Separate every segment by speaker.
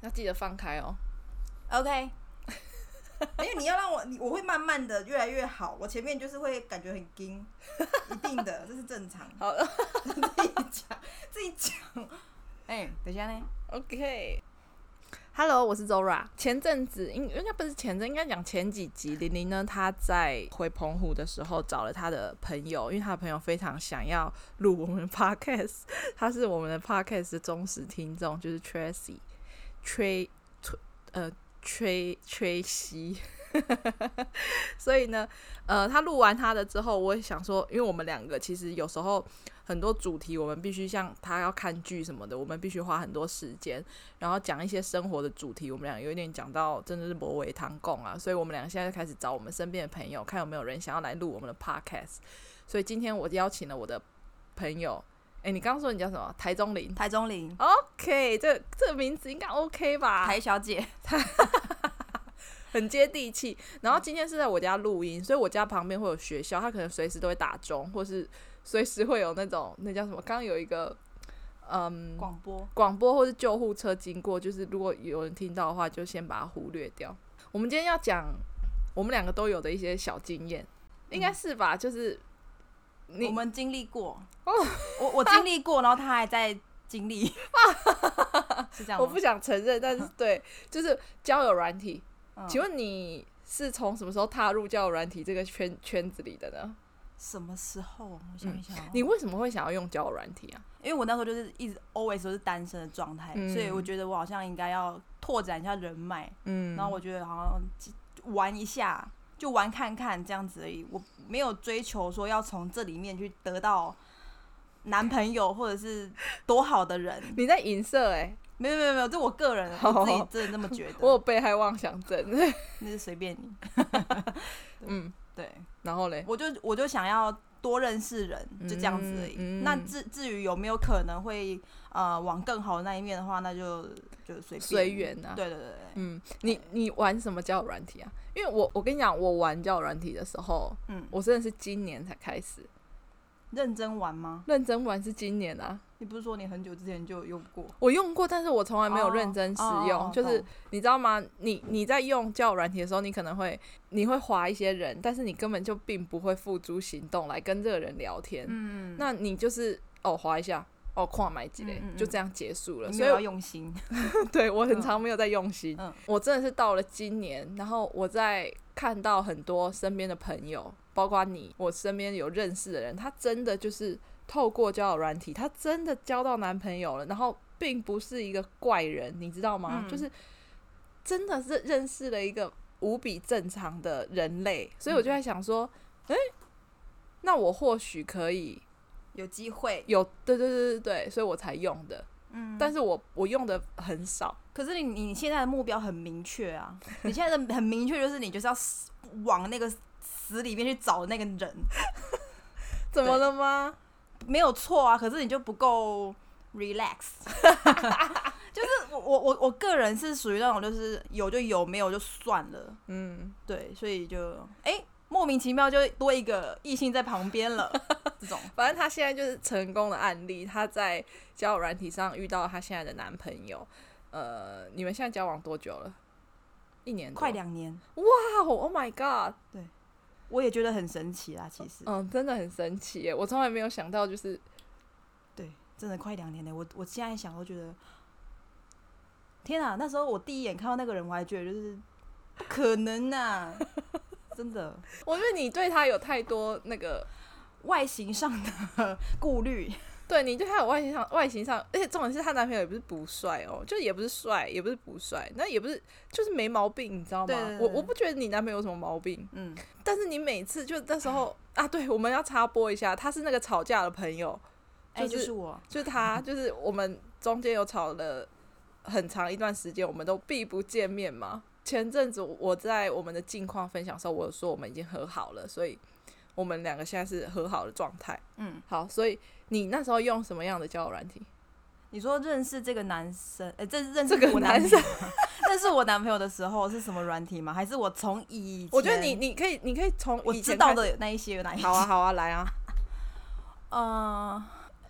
Speaker 1: 要记得放开哦。
Speaker 2: OK，
Speaker 3: 因为你要让我，你我会慢慢的越来越好。我前面就是会感觉很惊，一定 的，这是正常。
Speaker 1: 好
Speaker 3: 自己讲，自己讲。
Speaker 2: 哎、等一下呢，
Speaker 1: OK。Hello，我是 Zora。前阵子应应该不是前阵，应该讲前几集，玲玲呢，她在回澎湖的时候找了她的朋友，因为她的朋友非常想要录我们的 Podcast，她是我们的 Podcast 的忠实听众，就是 Tracy，崔崔呃崔崔西。 所以呢，呃，她录完她的之后，我也想说，因为我们两个其实有时候很多主题，我们必须像她要看剧什么的，我们必须花很多时间。然后讲一些生活的主题，我们俩有一点讲到真的是博为堂共啊，所以我们俩现在就开始找我们身边的朋友，看有没有人想要来录我们的 podcast。所以今天我邀请了我的朋友，哎，你刚刚说你叫什么？台中林
Speaker 2: 台中林、
Speaker 1: ，OK，这这个名字应该 OK
Speaker 3: 啊
Speaker 1: 吧？
Speaker 2: 台小姐，
Speaker 1: 很接地气。然后今天是在我家录音，所以我家旁边会有学校，他可能随时都会打钟，或是随时会有那种那叫什么？刚刚有一个，嗯，
Speaker 2: 广播
Speaker 1: 广播或是救护车经过，就是如果有人听到的话，就先把它忽略掉。我们今天要讲我们两个都有的一些小经验，应该是吧？就是你
Speaker 2: 嗯我们经历过，
Speaker 1: 哦
Speaker 2: 我我经历过，然后他还在 经历，是这样
Speaker 1: 我
Speaker 2: 吗
Speaker 1: 不？想承认，但是 对，就是交友软体。
Speaker 2: 嗯
Speaker 1: 请问你是从什么时候踏入交友软体这个圈圈子里的呢？
Speaker 2: 什么时候？我想一想
Speaker 3: 嗯
Speaker 2: 哦、
Speaker 1: 你为什么会想要用交友软体啊？
Speaker 2: 因为我那时候就是一直 always 都是单身的状态，
Speaker 1: 嗯
Speaker 2: 所以我觉得我好像应该要拓展一下人脉，
Speaker 1: 嗯
Speaker 2: 然后我觉得好像只玩一下，就玩看看这样子而已。我没有追求说要从这里面去得到男朋友或者是多好的人，
Speaker 1: 你在影射哎、
Speaker 2: 没有没有没有，这我个人
Speaker 1: 好
Speaker 2: 我自己真的那么觉
Speaker 1: 我有
Speaker 2: 得，
Speaker 1: 被害妄想症。
Speaker 2: 那是随便你。
Speaker 1: 嗯，
Speaker 2: 对，
Speaker 1: 然后嘞，
Speaker 2: 我就我就想要多认识人，就这样子而已。
Speaker 1: 嗯嗯
Speaker 2: 那至至于有没有可能会呃往更好的那一面的话，那就就随便
Speaker 1: 随缘啊
Speaker 2: 对对对对，
Speaker 1: 嗯，你你玩什么交友软体啊？因为我我跟你讲，我玩交友软体的时候，
Speaker 2: 嗯，
Speaker 1: 我真的是今年才开始
Speaker 2: 认真玩吗？
Speaker 1: 认真玩，是今年啊。
Speaker 2: 你不是说你很久之前就有用过？
Speaker 1: 我用过，但是我从来没有认真使用。
Speaker 2: 哦哦哦
Speaker 1: 就是
Speaker 2: 懂
Speaker 1: 你知道吗？你你在用交友软体的时候，你可能会你会划一些人，但是你根本就并不会付诸行动来跟这个人聊天。
Speaker 2: 嗯，
Speaker 1: 那你就是哦划一下，哦跨买几类，
Speaker 2: 嗯嗯嗯
Speaker 1: 就这样结束了。
Speaker 2: 你
Speaker 1: 所
Speaker 2: 没
Speaker 1: 以
Speaker 2: 有要用心，
Speaker 1: 对我很
Speaker 2: 嗯
Speaker 1: 常没有在用心，
Speaker 2: 嗯
Speaker 1: 我真的是到了今年，然后我在看到很多身边的朋友，包括你，我身边有认识的人，他真的就是透过交友软体，他真的交到男朋友了，然后并不是一个怪人，你知道吗？
Speaker 2: 嗯
Speaker 1: 就是真的是认识了一个无比正常的人类，所以
Speaker 2: 嗯
Speaker 1: 我就在想说，诶，那我或许可以
Speaker 2: 有机会。
Speaker 1: 有，对对对对对，所以我才用的，
Speaker 2: 嗯，
Speaker 1: 但是我我用的很少。
Speaker 2: 可是你你现在的目标很明确啊，你现在的很明确就是你就是要死往那个死里面去找那个人，
Speaker 1: 怎么了吗？
Speaker 2: 没有错啊，可是你就不够 relax。就是我我我我个人是属于那种就是有就有，没有就算了，
Speaker 1: 嗯，
Speaker 2: 对，所以就哎、莫名其妙就多一个异性在旁边了，这种
Speaker 1: 反正她现在就是成功的案例，她在交友软体上遇到她现在的男朋友。呃，你们现在交往多久了？一年多
Speaker 2: 快两年，
Speaker 1: 哇！Oh my god！
Speaker 2: 我也觉得很神奇啦，其实
Speaker 1: 嗯，真的很神奇耶，我从来没有想到，就是
Speaker 2: 对，真的快两年了，我我现在想都觉得，天啊，那时候我第一眼看到那个人，我还觉得就是不可 能呐、真的
Speaker 1: 我觉得你对他有太多那个，
Speaker 2: 外形上的顾虑，
Speaker 1: 对你对他有外形上外形上，而且重点是她男朋友也不是不帅哦，就是也不是帅，也不是不帅，那也不是就是没毛病，你知道吗？
Speaker 2: 对对对
Speaker 1: 我我不觉得你男朋友有什么毛病，
Speaker 2: 嗯，
Speaker 1: 但是你每次就那时候啊，对，我们要插播一下，他是那个吵架的朋友，
Speaker 2: 哎、
Speaker 1: 就是
Speaker 2: 就是我，
Speaker 1: 就是 他，就是我们中间有吵了很长一段时间，我们都避不见面嘛。前阵子我在我们的近况分享的时候，我有说我们已经和好了，所以我们两个现在是和好的状态。
Speaker 2: 嗯，
Speaker 1: 好，所以你那时候用什么样的交友软体？
Speaker 2: 你说认识这个男生，呃、这认识
Speaker 1: 这个
Speaker 2: 我
Speaker 1: 男
Speaker 2: 男朋友， 认识我男朋友的时候是什么软体吗？还是我从以前
Speaker 1: 我觉得你你可以你可以从
Speaker 2: 我
Speaker 1: 以
Speaker 2: 知
Speaker 1: 前
Speaker 2: 道
Speaker 1: 开始
Speaker 2: 的那一些有哪一些？
Speaker 1: 好啊，好啊，来啊，
Speaker 2: 呃，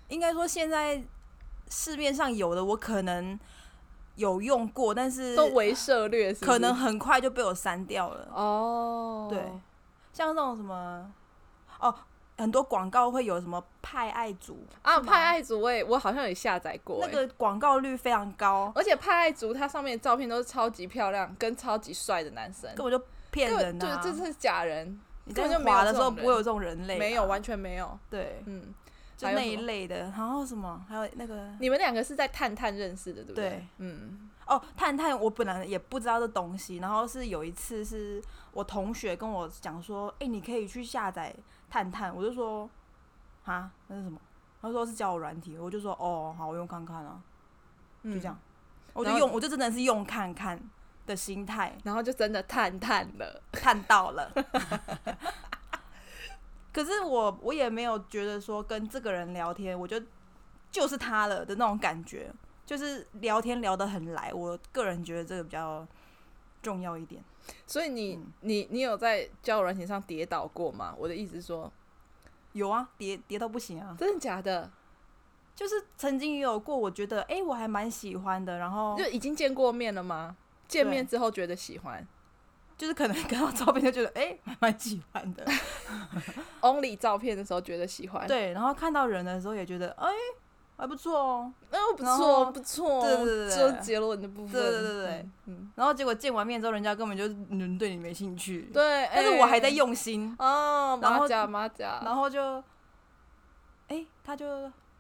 Speaker 2: 应该说现在市面上有的，我可能有用过，但 是
Speaker 1: 都为涉略是不是
Speaker 2: 可能很快就被我删掉了。
Speaker 1: 哦，
Speaker 2: 对，像那种什么，哦，很多广告会有什么派爱族
Speaker 1: 啊，
Speaker 2: 是吗
Speaker 1: 派爱族我也我好像也下载过、
Speaker 2: 那
Speaker 1: 欸
Speaker 2: 个广告率非常高，
Speaker 1: 而且派爱族它上面的照片都是超级漂亮跟超级帅的男生，
Speaker 2: 根本就骗人啊！
Speaker 1: 对，这是假人，
Speaker 2: 你
Speaker 1: 根
Speaker 2: 在
Speaker 1: 本就没有
Speaker 2: 滑的
Speaker 1: 这
Speaker 2: 时候
Speaker 1: 种
Speaker 2: 不
Speaker 1: 人
Speaker 2: 会有这种人类、啊
Speaker 1: 没有，，完全没有。
Speaker 2: 对，
Speaker 1: 嗯，
Speaker 2: 就
Speaker 1: 还有
Speaker 2: 那
Speaker 1: 什
Speaker 2: 一
Speaker 1: 么
Speaker 2: 类的。然后什么，还有那个
Speaker 1: 你们两个是在探探认识的，对不对？
Speaker 2: 嗯对
Speaker 1: 嗯，
Speaker 2: 哦，探探，我本来也不知道这东西，然后是有一次是我同学跟我讲说，哎、你可以去下载探探，我就说，啊，那是什么？他说是交友软体，我就说，哦，好，我用看看啊，
Speaker 1: 嗯
Speaker 2: 就这。样，我
Speaker 1: 然
Speaker 2: 就
Speaker 1: 后
Speaker 2: 用，我就真的是用看看的心 态
Speaker 1: 然后就真的探探了，
Speaker 2: 看到了。 可是我我也没有觉得说跟这个人聊天，我就就是他了的那种感觉，就是聊天聊得很来。我个人觉得这个比较重要一点。
Speaker 1: 所以你、
Speaker 2: 嗯
Speaker 1: 你你有在交友软件上跌倒过吗？我的意思是说，
Speaker 2: 有啊，跌跌到不行啊，
Speaker 1: 真的假的？
Speaker 2: 就是曾经也有过，我觉得诶，我还蛮喜欢的，然后
Speaker 1: 就已经见过面了吗？见面之后觉得喜欢
Speaker 2: 就是可能看到照片就觉得诶，还蛮喜欢的，
Speaker 1: ，only 照片的时候觉得喜欢，，
Speaker 2: 对，然后看到人的时候也觉得诶，还不错哦，
Speaker 1: 哦不
Speaker 2: 然后
Speaker 1: 错不错，
Speaker 2: 对对对对
Speaker 1: 这是结论的部分，
Speaker 2: 对对对对
Speaker 1: 嗯，
Speaker 2: 然后结果见完面之后，人家根本就嗯对你没兴趣
Speaker 1: 嗯，对，
Speaker 2: 但是我还在
Speaker 1: 哎
Speaker 2: 用心，
Speaker 1: 哦，
Speaker 2: 然
Speaker 1: 马
Speaker 2: 后
Speaker 1: 甲马甲，
Speaker 2: 然后就，哎、他就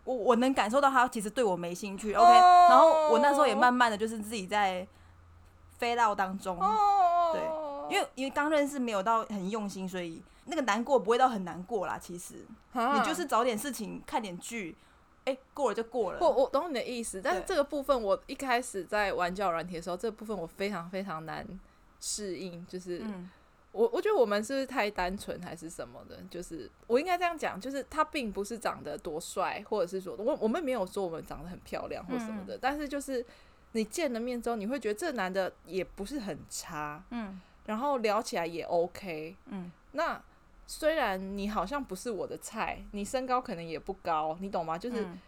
Speaker 2: 我我能感受到他其实对我没兴趣、o k
Speaker 1: 哦
Speaker 2: 然后我那时候也慢慢的就是自己在飞到当中，
Speaker 1: 哦，
Speaker 2: 因为因为刚认识没有到很用心，所以那个难过不会到很难过啦。其实、
Speaker 1: 啊
Speaker 2: 你就是找点事情看点剧，哎、过了就过了。
Speaker 1: 我我懂你的意思，但是
Speaker 2: 对
Speaker 1: 这个部分我一开始在玩交友软体的时候，这个部分我非常非常难适应，就是、
Speaker 2: 嗯，
Speaker 1: 我我觉得我们是不是太单纯还是什么的？就是我应该这样讲，就是他并不是长得多帅，或者是说我我们没有说我们长得很漂亮或什么
Speaker 2: 嗯
Speaker 1: 的，但是就是你见了面之后，你会觉得这男的也不是很差，
Speaker 2: 嗯，
Speaker 1: 然后聊起来也 OK，
Speaker 2: 嗯，
Speaker 1: 那。虽然你好像不是我的菜，你身高可能也不高，你懂吗？就是
Speaker 2: 嗯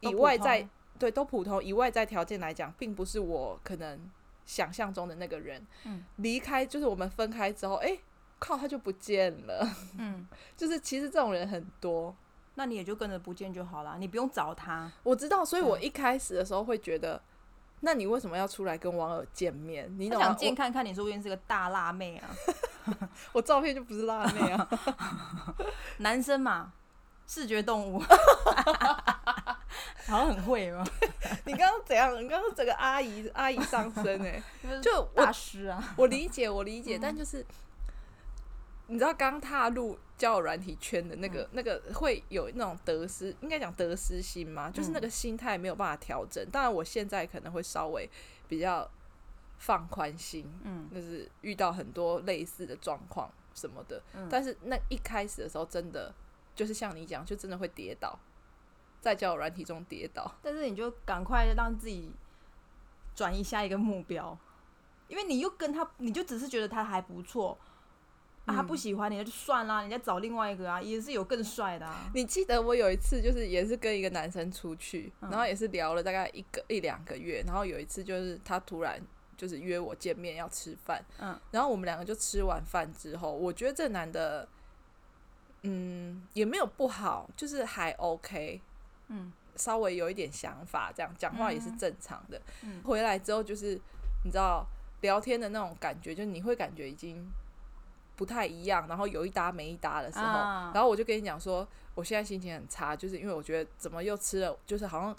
Speaker 2: 都
Speaker 1: 以
Speaker 2: 普
Speaker 1: 外在
Speaker 2: 通
Speaker 1: 对都普通，以外在条件来讲，并不是我可能想象中的那个人。
Speaker 2: 嗯，
Speaker 1: 离开就是我们分开之后，哎、靠，他就不见了。
Speaker 2: 嗯，
Speaker 1: 就是其实这种人很多，
Speaker 2: 那你也就跟着不见就好啦，你不用找他。
Speaker 1: 我知道，所以我一开始的时候会觉得，那你为什么要出来跟网友见面？你
Speaker 2: 他
Speaker 1: 懂吗
Speaker 2: 想？见看看，你说不定是个大辣妹 啊，
Speaker 1: 我我照片就不是辣妹啊，
Speaker 2: 男生嘛，视觉动 物，好像很会哦吗？
Speaker 1: 你刚刚怎样？你刚刚整个阿姨阿姨上身哎、
Speaker 2: 就
Speaker 1: 就我
Speaker 2: 大师啊，
Speaker 1: 我理解，我理解，
Speaker 2: 嗯
Speaker 1: 但就是你知道，刚踏入交友软体圈的那
Speaker 2: 嗯
Speaker 1: 个、那个会有那种得失，应该讲得失心嘛，就是
Speaker 2: 嗯
Speaker 1: 那个心态没有办法调整。当然，我现在可能会稍微比较放宽心，
Speaker 2: 嗯，
Speaker 1: 就是遇到很多类似的状况什么的，
Speaker 2: 嗯
Speaker 1: 但是那一开始的时候，真的就是像你讲，就真的会跌倒，在交友软体中跌倒。
Speaker 2: 但是你就赶快让自己转移下一个目标，因为你又跟他，你就只是觉得他还不错。啊，他不喜欢你那就算啦，你再找另外一个啊，也是有更帅的啊。
Speaker 1: 你记得我有一次就是也是跟一个男生出去，
Speaker 2: 嗯
Speaker 1: 然后也是聊了大概一个一两个月，然后有一次就是他突然就是约我见面要吃饭，
Speaker 2: 嗯，
Speaker 1: 然后我们两个就吃完饭之后，我觉得这男的，嗯，也没有不好，就是还 OK，
Speaker 2: 嗯，
Speaker 1: 稍微有一点想法，这样讲话也是正常的。
Speaker 2: 嗯
Speaker 1: 回来之后就是你知道聊天的那种感觉，就是你会感觉已经不太一样，然后有一搭没一搭的时候，
Speaker 2: 啊
Speaker 1: 然后我就跟你讲说，我现在心情很差，就是因为我觉得怎么又吃了，就是好像。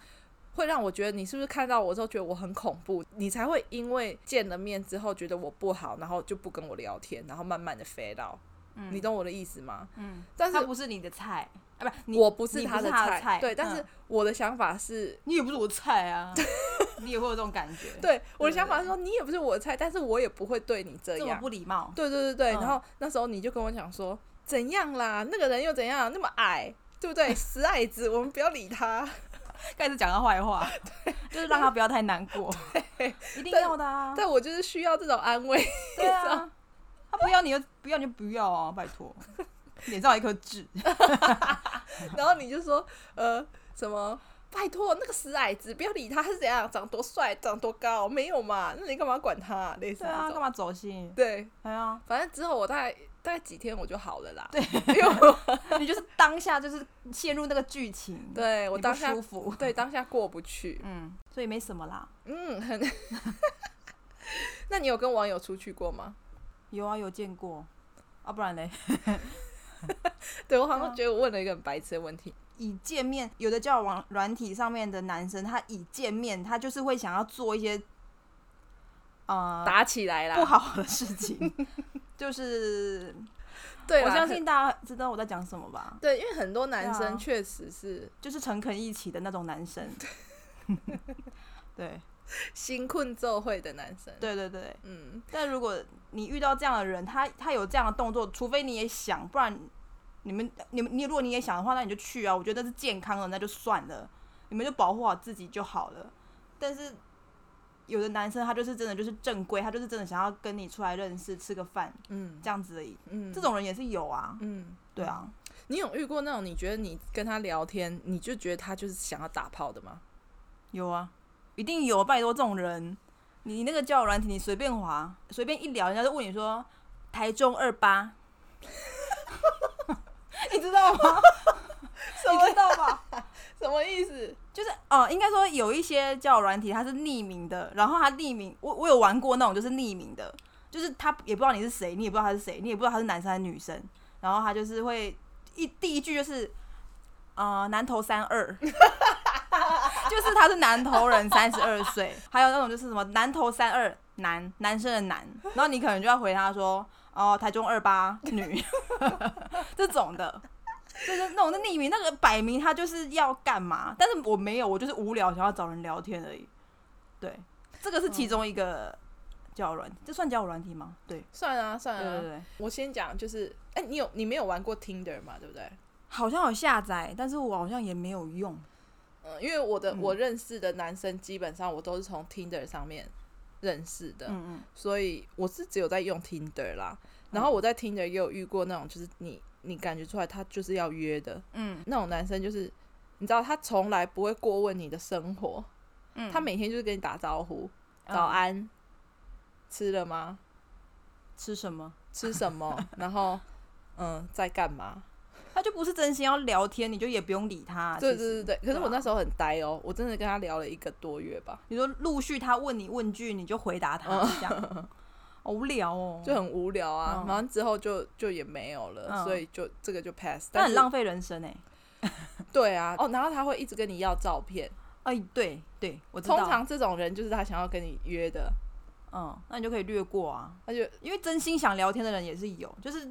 Speaker 1: 会让我觉得你是不是看到我之后觉得我很恐怖，你才会因为见了面之后觉得我不好，然后就不跟我聊天，然后慢慢的 fade out，、
Speaker 2: 嗯
Speaker 1: 你懂我的意思吗？
Speaker 2: 嗯，
Speaker 1: 但是
Speaker 2: 他不是你的菜啊，不，你
Speaker 1: 我不是
Speaker 2: 你
Speaker 1: 他
Speaker 2: 的
Speaker 1: 菜，对，
Speaker 2: 嗯
Speaker 1: 但是我的想法是，
Speaker 2: 你也不是我菜 啊，你也会有这种感觉，，
Speaker 1: 对我的
Speaker 2: 对
Speaker 1: 想法
Speaker 2: 对
Speaker 1: 是说你也不是我的菜，但是我也不会对你这
Speaker 2: 这么
Speaker 1: 样，
Speaker 2: 不礼貌。
Speaker 1: 对对对对。
Speaker 2: 嗯
Speaker 1: 然后那时候你就跟我讲说，怎样啦，那个人又怎样，那么矮，对不 对？死矮子，我们不要理他。
Speaker 2: 开始讲他坏话，就是让他不要太难过，一定要的 啊，
Speaker 1: 但我就是需要这种安 慰，
Speaker 2: 对啊，他不要你就不要你就不要啊，拜托，脸上有一颗痣，
Speaker 1: 然后你就说，呃，什么？拜托那个死矮子，不要理他，他是怎样长多帅，长多高，没有嘛？那你干嘛管他、类似
Speaker 2: 对啊，
Speaker 1: 这
Speaker 2: 干
Speaker 1: 种。
Speaker 2: 嘛走心？
Speaker 1: 对，啊
Speaker 2: 哎呀，
Speaker 1: 反正之后我大概大概几天我就好了啦。对，
Speaker 2: 你就是当下就是陷入那个剧情，，
Speaker 1: 对我
Speaker 2: 你不
Speaker 1: 当下
Speaker 2: 舒服，
Speaker 1: 对当下过不去。
Speaker 2: 嗯，所以没什么啦。
Speaker 1: 嗯， 很。 那你有跟网友出去过吗？
Speaker 2: 有啊，有见过啊，不然嘞，
Speaker 1: 对我好
Speaker 2: 对
Speaker 1: 像
Speaker 2: 啊
Speaker 1: 觉得我问了一个很白痴的问题。
Speaker 2: 以见面，有的交友网软体上面的男生，他以见面，他就是会想要做一些呃
Speaker 1: 打起来啦！
Speaker 2: 不，好的事情， 就是
Speaker 1: 对啦，
Speaker 2: 我相
Speaker 1: 很
Speaker 2: 信大家知道我在讲什么吧，
Speaker 1: 对，因为很多男
Speaker 2: 对啊
Speaker 1: 生确实是
Speaker 2: 就是诚恳义气的那种男生。对
Speaker 1: 新困奏会的男生。，
Speaker 2: 对对对，
Speaker 1: 嗯，
Speaker 2: 但如果你遇到这样的人，他他有这样的动作，除非你也想，不然你们你们你如果你也想的话，那你就去啊。我觉得那是健康的，那就算了，你们就保护好自己就好了。但是有的男生他就是真的就是正规，他就是真的想要跟你出来认识、吃个饭
Speaker 1: 嗯
Speaker 2: 这样子而已。
Speaker 1: 嗯，
Speaker 2: 这，种人也是有啊，
Speaker 1: 嗯，
Speaker 2: 对啊，
Speaker 1: 你有遇过那种你觉得你跟他聊天，你就觉得他就是想要打炮的吗？
Speaker 2: 有啊，一定有，拜托这种人，你那个交友软体，你随便滑，随便一聊，人家就问你说台中二八， 你知道吗？你知道吗？
Speaker 1: 什么意思？
Speaker 2: 就是哦、呃应该说有一些交友软体它是匿名的，然后它匿名，我我有玩过那种就是匿名的，就是他也不知道你是谁，你也不知道他是谁，你也不知道他是男生还是女生，然后他就是会一第一句就是，呃，南投三二， 就是他是南投人，三十二岁，还有那种就是什么南投三二男男生的男，然后你可能就要回他说，哦、台中二八女 这种的。就是那种是匿名，那个摆明他就是要干嘛，但是我没有，我就是无聊想要找人聊天而已。对，这个是
Speaker 1: 嗯
Speaker 2: 其中一个交友软，这算交友软体吗？对，
Speaker 1: 算啊算
Speaker 2: 对
Speaker 1: 啊，
Speaker 2: 对对，
Speaker 1: 我先讲，就是，哎、你有你没有玩过 Tinder 嘛？对不对？
Speaker 2: 好像有下载，但是我好像也没有用。
Speaker 1: 嗯，因为我的、
Speaker 2: 嗯
Speaker 1: 我认识的男生基本上我都是从 Tinder 上面认识的，
Speaker 2: 嗯嗯，
Speaker 1: 所以我是只有在用 Tinder 啦。
Speaker 2: 嗯
Speaker 1: 然后我在 Tinder 也有遇过那种，就是你你感觉出来他就是要约的，
Speaker 2: 嗯，
Speaker 1: 那种男生就是，你知道他从来不会过问你的生活，
Speaker 2: 嗯
Speaker 1: 他每天就是跟你打招呼，早
Speaker 2: 嗯
Speaker 1: 安，吃了吗？
Speaker 2: 吃什么？
Speaker 1: 吃什么？ 然后嗯，在干嘛？
Speaker 2: 他就不是真心要聊天，你就也不用理他。
Speaker 1: 对
Speaker 2: 其实
Speaker 1: 对对对。可是我
Speaker 2: 对啊
Speaker 1: 那时候很呆哦，我真的跟他聊了一个多月吧，
Speaker 2: 你说陆续他问你问句，你就回答他，这样好无聊哦，
Speaker 1: 嗯就很无聊啊。
Speaker 2: 嗯
Speaker 1: 然后之后就就也没有了，
Speaker 2: 嗯
Speaker 1: 所以就这个就 pass。但
Speaker 2: 但很
Speaker 1: 是
Speaker 2: 浪费人生哎、
Speaker 1: 对啊，哦，然后他会一直跟你要照片。
Speaker 2: 哎，对对，我知道。
Speaker 1: 通常这种人就是他想要跟你约的，
Speaker 2: 嗯，那你就可以略过啊，
Speaker 1: 他就
Speaker 2: 因为真心想聊天的人也是有，就是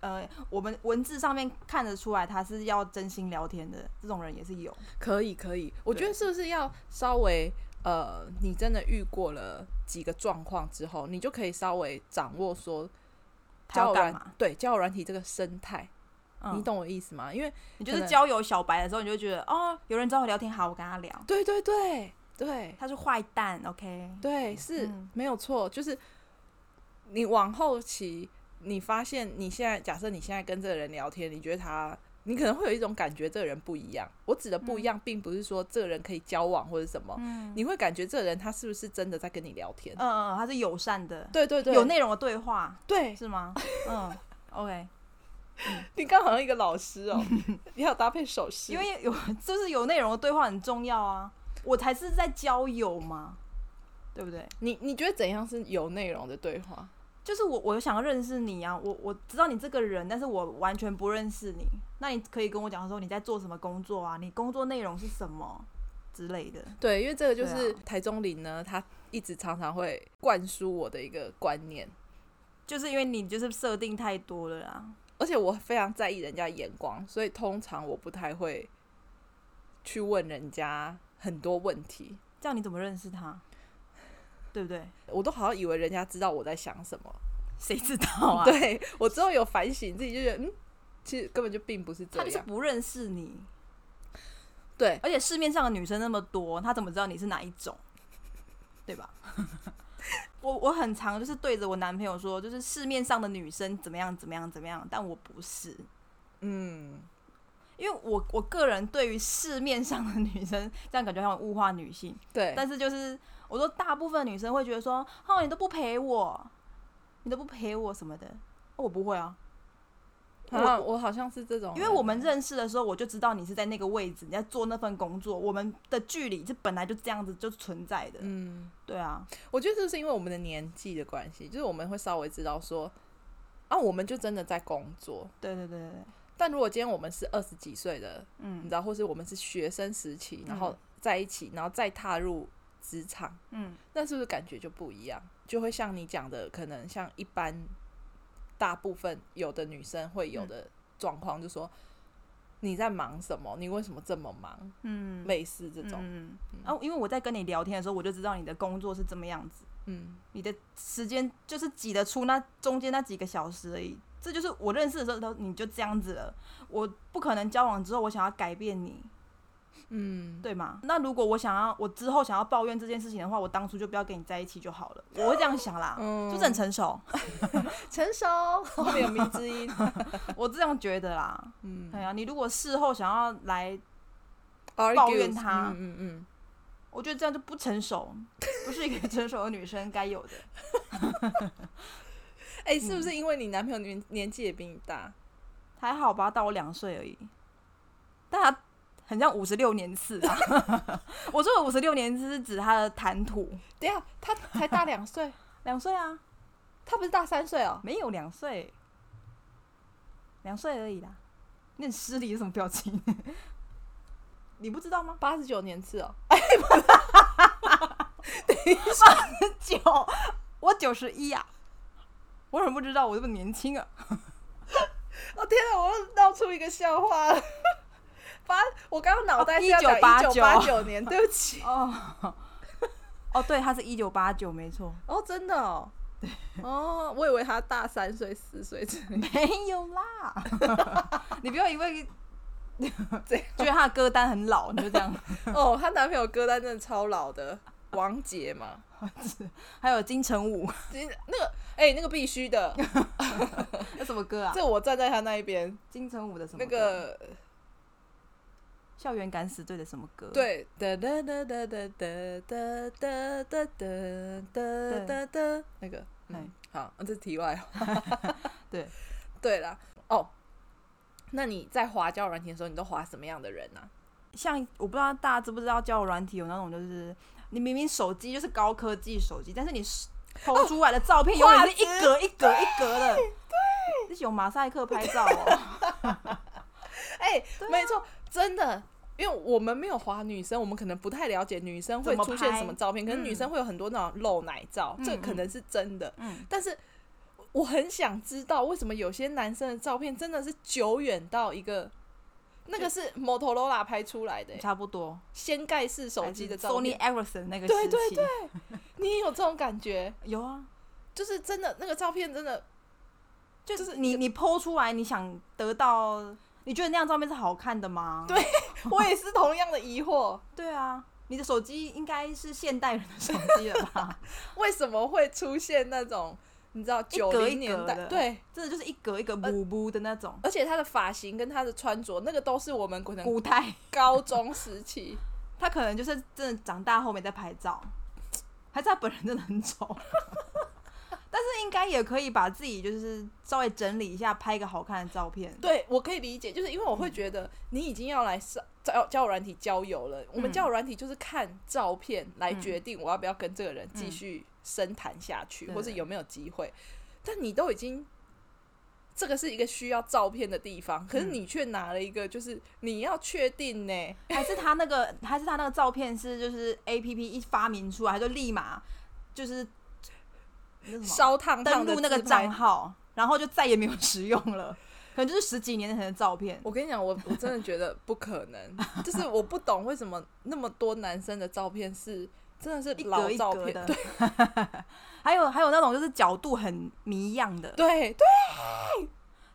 Speaker 2: 呃，我们文字上面看得出来他是要真心聊天的，这种人也是有。
Speaker 1: 可以可以，我
Speaker 2: 对
Speaker 1: 觉得是不是要稍微呃，你真的遇过了几个状况之后，你就可以稍微掌握说
Speaker 2: 他
Speaker 1: 交
Speaker 2: 要
Speaker 1: 友
Speaker 2: 干
Speaker 1: 软
Speaker 2: 嘛？
Speaker 1: 对交友软体这个生态，
Speaker 2: 嗯、
Speaker 1: 你？懂我意思吗？因为
Speaker 2: 你就
Speaker 1: 可
Speaker 2: 是
Speaker 1: 能
Speaker 2: 交友小白的时候，你就会觉得哦，有人找我聊天，好，我跟他聊。
Speaker 1: 对对对对
Speaker 2: 他是坏蛋，OK？
Speaker 1: 对，是、
Speaker 2: 嗯
Speaker 1: 没有错，就是你往后期，你发现你现在假设你现在跟这个人聊天，你觉得他。你可能会有一种感觉，这个人不一样。我指的不一样，并不是说这个人可以交往或者什么，
Speaker 2: 嗯
Speaker 1: 你会感觉这个人他是不是真的在跟你聊天
Speaker 2: 嗯？嗯，嗯他是友善的，
Speaker 1: 对对对，
Speaker 2: 有内容的对话
Speaker 1: 对
Speaker 2: 是吗？嗯，OK。
Speaker 1: 你刚好像一个老师 哦，你还有搭配手势，
Speaker 2: 因为有 就是有内容的对话很重要啊，我才是在交友嘛，对不对？
Speaker 1: 你你觉得怎样是有内容的对话？
Speaker 2: 就是我，我想要认识你啊，我我知道你这个人，但是我完全不认识你。那你可以跟我讲说你在做什么工作啊，你工作内容是什么之类的。
Speaker 1: 对，因为这个就是
Speaker 2: 对啊
Speaker 1: 台中林呢，他一直常常会灌输我的一个观念，
Speaker 2: 就是因为你就是设定太多了啊啦，
Speaker 1: 而且我非常在意人家眼光，所以通常我不太会去问人家很多问题，
Speaker 2: 这样你怎么认识他？对不对？
Speaker 1: 我都好像以为人家知道我在想什么。
Speaker 2: 谁知道 啊？，
Speaker 1: 对我之后有反省自己，就觉得嗯，其实根本就并不是这
Speaker 2: 他就是
Speaker 1: 样。
Speaker 2: 不认识你，
Speaker 1: 对，
Speaker 2: 而且市面上的女生那么多，他怎么知道你是哪一种？对吧？ 我我很常就是对着我男朋友说，就是市面上的女生怎么样怎么样怎么样，但我不是，
Speaker 1: 嗯，
Speaker 2: 因因为我我个人对于市面上的女生，这样感觉很物化女性。
Speaker 1: 对，
Speaker 2: 但是就是我说，大部分女生会觉得说，哦，你都不陪我，你都不陪我什么的。哦我不会啊，
Speaker 1: 我我好像是这种人，
Speaker 2: 因为我们认识的时候，我就知道你是在那个位置，你在做那份工作，我们的距离是本来就这样子就存在的。
Speaker 1: 嗯，
Speaker 2: 对啊，
Speaker 1: 我觉得是不是因为我们的年纪的关系，就是我们会稍微知道说，啊，我们就真的在工作。
Speaker 2: 对对对对对，
Speaker 1: 但如果今天我们是二十几岁的，你
Speaker 2: 嗯
Speaker 1: 知道，或是我们是学生时期，然后
Speaker 2: 嗯
Speaker 1: 在一起，然后再踏入职场，
Speaker 2: 嗯，
Speaker 1: 那是不是感觉就不一样？就会像你讲的，可能像一般大部分有的女生会有
Speaker 2: 嗯
Speaker 1: 的状况，就说你在忙什么？你为什么这么忙？
Speaker 2: 嗯，
Speaker 1: 类似这种，
Speaker 2: 嗯，嗯啊，因为我在跟你聊天的时候，我就知道你的工作是怎么样子，
Speaker 1: 嗯，
Speaker 2: 你的时间就是挤得出那中间那几个小时而已。这就是我认识的时候，都你就这样子了。我不可能交往之后，我想要改变你，
Speaker 1: 嗯，
Speaker 2: 对吗？那如果我想要，我之后想要抱怨这件事情的话，我当初就不要跟你在一起就好了。我会这样想啦，
Speaker 1: 嗯
Speaker 2: 就是很成熟，
Speaker 1: 成熟，后面有迷之 音，
Speaker 2: 我这样觉得啦。
Speaker 1: 嗯
Speaker 2: 哎呀、你如果事后想要来，
Speaker 1: 抱
Speaker 2: 抱怨他
Speaker 1: 嗯嗯嗯，
Speaker 2: 我觉得这样就不成熟，不是一个成熟的女生该有的。嗯
Speaker 1: 哎、是不是因为你男朋友年年纪也比你大？
Speaker 2: 还好吧，大我两岁而已，但他很像五十六年次吧。 我说的五十六年次是指他的谈吐，
Speaker 1: 对呀，他才大两岁，
Speaker 2: 两岁啊，
Speaker 1: 他不是大三岁哦。
Speaker 2: 没有两岁，两岁而已啦。你很失礼，什么表情？ 你不知道吗？
Speaker 1: 八十九年次哦，
Speaker 2: 九，我九十一呀，我怎么不知道？我这么年轻啊！
Speaker 1: 哦天哪，我又闹出一个笑话了。 八，我刚刚脑袋是要讲哦一
Speaker 2: 1989
Speaker 1: 九八九 年，对不起。
Speaker 2: 哦， 哦，对，他是一九八九，没错。
Speaker 1: 哦，真的哦， 哦，我以为他大三岁、四岁之类的，
Speaker 2: 没有啦， 你不要以 为
Speaker 1: 这样
Speaker 2: 觉得他的歌单很老，你就这样。
Speaker 1: 哦，她男朋友歌单真的超老的，王杰 嘛，
Speaker 2: 还有金 城武，
Speaker 1: 那个哎、那个必须 的，
Speaker 2: 那什么歌啊？
Speaker 1: 这我站在他那一边，
Speaker 2: 金城武的什么
Speaker 1: 那
Speaker 2: 歌？
Speaker 1: 个
Speaker 2: 校园敢死队的什么歌？，
Speaker 1: 对，哒哒哒哒哒哒哒哒哒哒哒哒，那个，嗯，好，这是题外话。
Speaker 2: 哎 对，
Speaker 1: 对啦，哦，那你在滑交友软体的时候，你都滑什么样的人啊呢、
Speaker 2: 像我不知道大家知不知道交友软体有那种就是你明明手机就是高科技手机，但是你
Speaker 1: 哦
Speaker 2: 投出来的照片永远是一格一格一格的，对，是有马赛克拍照哦。
Speaker 1: 哎、
Speaker 2: 对啊
Speaker 1: 没错，真的。因为我们没有滑女生，我们可能不太了解女生会
Speaker 2: 怎么
Speaker 1: 出现
Speaker 2: 拍
Speaker 1: 什么照片，可是
Speaker 2: 嗯
Speaker 1: 女生会有很多那种露奶照，这
Speaker 2: 嗯
Speaker 1: 可能是真的。
Speaker 2: 嗯，
Speaker 1: 但是我很想知道，为什么有些男生的照片真的是久远到一个，那个是 Motorola 拍出来的、欸
Speaker 2: 差不多。
Speaker 1: 掀盖式手机的照
Speaker 2: Sony
Speaker 1: 片，
Speaker 2: Ericsson 那个
Speaker 1: 对
Speaker 2: 时
Speaker 1: 对
Speaker 2: 期，
Speaker 1: 你也有这种感觉？
Speaker 2: 有啊，
Speaker 1: 就是真的那个照片真 的
Speaker 2: 就是你你剖出来，你想得到，你觉得那张照片是好看的吗？
Speaker 1: 对我也是同样的疑惑，
Speaker 2: 对啊，你的手机应该是现代人的手机了吧？
Speaker 1: 为什么会出现那种你知道
Speaker 2: 一
Speaker 1: 九
Speaker 2: 格一
Speaker 1: 零
Speaker 2: 格
Speaker 1: 年代
Speaker 2: 的
Speaker 1: 对，
Speaker 2: 真的就是一格一格补补的那种
Speaker 1: 而且他的发型跟他的穿着，那个都是我们可能
Speaker 2: 古代，
Speaker 1: 高中时期。
Speaker 2: 他可能就是真的长大后面在拍照，还是他本人真的很丑。 但是应该也可以把自己就是稍微整理一下，拍一个好看的照片。
Speaker 1: 对，我可以理解，就是因为我会觉得你已经要来上交交友软体交友了，我们
Speaker 2: 嗯
Speaker 1: 交友软体就是看照片来
Speaker 2: 嗯
Speaker 1: 决定我要不要跟这个人继
Speaker 2: 嗯
Speaker 1: 续深谈下去，
Speaker 2: 对
Speaker 1: 或是
Speaker 2: 对
Speaker 1: 有没有机会。但你都已经，这个是一个需要照片的地方，可是
Speaker 2: 嗯
Speaker 1: 你却拿了一个，就是你要确定呢，
Speaker 2: 还是他那个，还是他那个照片是就是 A P P 一发明出来，他就立马就是那什么
Speaker 1: 烧烫烫
Speaker 2: 登
Speaker 1: 的
Speaker 2: 录那个
Speaker 1: 自拍
Speaker 2: 账号，然后就再也没有 使用了，可能就是十几年前的照片。
Speaker 1: 我跟你讲，我我真的觉得不可能，就是我不懂为什么那么多男生的照片是真的是
Speaker 2: 一
Speaker 1: 老
Speaker 2: 格一
Speaker 1: 照
Speaker 2: 格
Speaker 1: 片，
Speaker 2: 的
Speaker 1: 对，
Speaker 2: 还有还有那种就是角度很迷样的，
Speaker 1: 对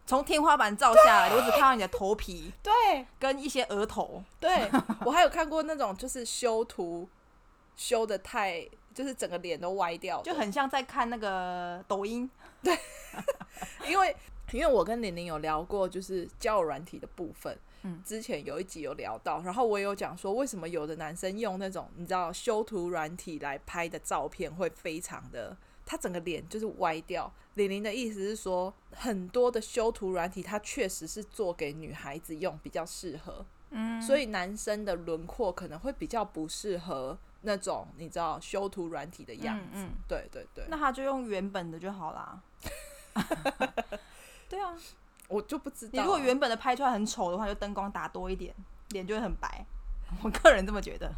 Speaker 2: 从天花板照下来的，我只看到你的头皮
Speaker 1: 对
Speaker 2: 跟一些额头，
Speaker 1: 对，我还有看过那种就是修图修的太，就是整个脸都歪掉的，
Speaker 2: 就很像在看那个抖音。
Speaker 1: 因为因为我跟玲玲有聊过就是交友软体的部分，
Speaker 2: 嗯
Speaker 1: 之前有一集有聊到，然后我也有讲说，为什么有的男生用那种你知道修图软体来拍的照片会非常的，他整个脸就是歪掉。李玲的意思是说，很多的修图软体它确实是做给女孩子用比较适合，
Speaker 2: 嗯，
Speaker 1: 所以男生的轮廓可能会比较不适合那种你知道修图软体的样子。
Speaker 2: 嗯嗯，
Speaker 1: 对对对，
Speaker 2: 那他就用原本的就好 啦。对啊，
Speaker 1: 我就不知道啊。
Speaker 2: 你如果原本的拍出来很丑的话，就灯光打多一点，脸就会很白。我个人这么觉得。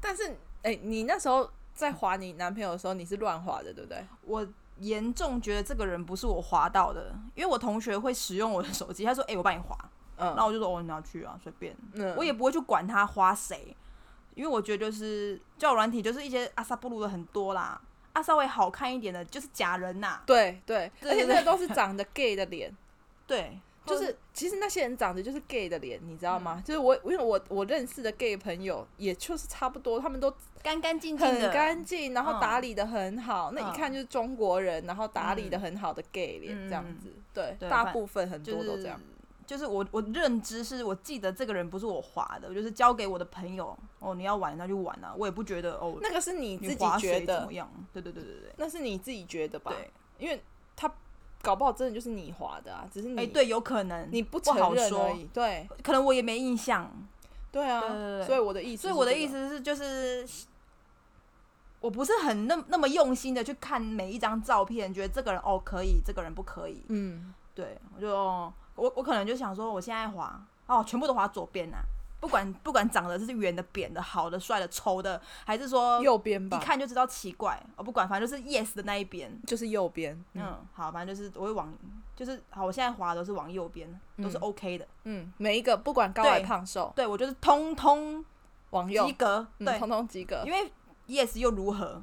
Speaker 1: 但是，哎、你那时候在划你男朋友的时候，你是乱划的，对不对？
Speaker 2: 我严重觉得这个人不是我滑到的，因为我同学会使用我的手机，他说：“哎、我帮你滑。”然
Speaker 1: 嗯，
Speaker 2: 后我就说：“哦，你要去啊，随便。”
Speaker 1: 嗯
Speaker 2: 我也不会去管他花谁，因为我觉得就是交友软体就是一些阿萨布鲁的很多啦，啊稍微好看一点的就是假人呐、
Speaker 1: 对对，
Speaker 2: 对
Speaker 1: 而且
Speaker 2: 对
Speaker 1: 那个都是长得 gay 的 脸，
Speaker 2: 对，
Speaker 1: 就
Speaker 2: 或者
Speaker 1: 是其实那些人长得就是 gay 的脸，你知道
Speaker 2: 嗯
Speaker 1: 吗？就是我因为我我认识的 gay 朋友，也就是差不多，他们都
Speaker 2: 干干净净的，
Speaker 1: 很干净，然后
Speaker 2: 嗯
Speaker 1: 打理的很好，那一
Speaker 2: 嗯
Speaker 1: 看就是中国人，然后打理的
Speaker 2: 嗯
Speaker 1: 很好的 gay 脸这样子。对，
Speaker 2: 对
Speaker 1: 大
Speaker 2: 反
Speaker 1: 部分很
Speaker 2: 就
Speaker 1: 多
Speaker 2: 是
Speaker 1: 都这样。。
Speaker 2: 就是我我认知是我记得这个人不是我划的，我就是交给我的朋友哦，你要玩那就玩啊，我也不觉得哦，
Speaker 1: 那个是你
Speaker 2: 你
Speaker 1: 自己
Speaker 2: 划
Speaker 1: 觉
Speaker 2: 谁怎
Speaker 1: 得
Speaker 2: 么，样？对对对对对
Speaker 1: 那是你自己觉得吧？
Speaker 2: 对，
Speaker 1: 因为他搞不好真的就是你划的啊，只是你、
Speaker 2: 哎、对，有可能
Speaker 1: 你不承
Speaker 2: 不好
Speaker 1: 认
Speaker 2: 说
Speaker 1: 而已。对
Speaker 2: 可能我也没印象，
Speaker 1: 对啊，
Speaker 2: 对对对
Speaker 1: 所以我的意思是这
Speaker 2: 所
Speaker 1: 个，
Speaker 2: 以我的意思是，就是我不是很那那么用心的去看每一张照片，觉得这个人哦可以，这个人不可以。
Speaker 1: 嗯，
Speaker 2: 对我就哦我我可能就想说，我现在滑哦，全部都滑左边呐、不管不管长得是圆的、扁的、好的、帅的、丑的，还是说
Speaker 1: 右边
Speaker 2: 一
Speaker 1: 吧，
Speaker 2: 看就知道奇怪，我、不管，反正就是 yes 的那一边。
Speaker 1: 就是右边。嗯
Speaker 2: 嗯，好，反正就是我会往，就是好，我现在滑都是往右边，都是
Speaker 1: 嗯
Speaker 2: OK 的。
Speaker 1: 嗯，每一个不管高矮
Speaker 2: 对
Speaker 1: 胖瘦，
Speaker 2: 对我就是通通
Speaker 1: 往右
Speaker 2: 及，格，对
Speaker 1: 嗯，，通通及格
Speaker 2: 因。为 yes 又如何？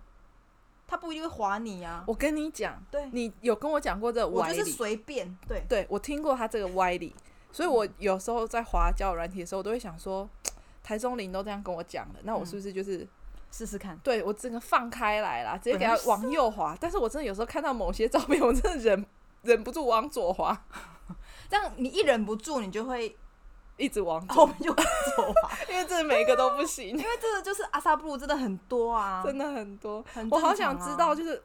Speaker 2: 他不一定会划你啊。
Speaker 1: 我跟你讲，
Speaker 2: 对，
Speaker 1: 你有跟我讲过这个
Speaker 2: 我
Speaker 1: 歪
Speaker 2: 就是
Speaker 1: 理，
Speaker 2: 随便，对，
Speaker 1: 对我听过他这个歪理，所以我有时候在滑交友软体的时候，我都会想说，台中林都这样跟我讲了，那我是不是就是
Speaker 2: 试试看。
Speaker 1: 对我整个放开来啦，直接给它
Speaker 2: 本来是
Speaker 1: 往右滑。但是我真的有时候看到某些照片，我真的忍忍不住往左滑，
Speaker 2: 这样你一忍不住，你就会
Speaker 1: 一直往左，
Speaker 2: 后面就会走滑，
Speaker 1: 因为这每一个都不行
Speaker 2: 因，为这个就是阿萨布鲁真的很多啊，
Speaker 1: 真的很多。
Speaker 2: 很
Speaker 1: 我好
Speaker 2: 正
Speaker 1: 想
Speaker 2: 常啊
Speaker 1: 知道，就是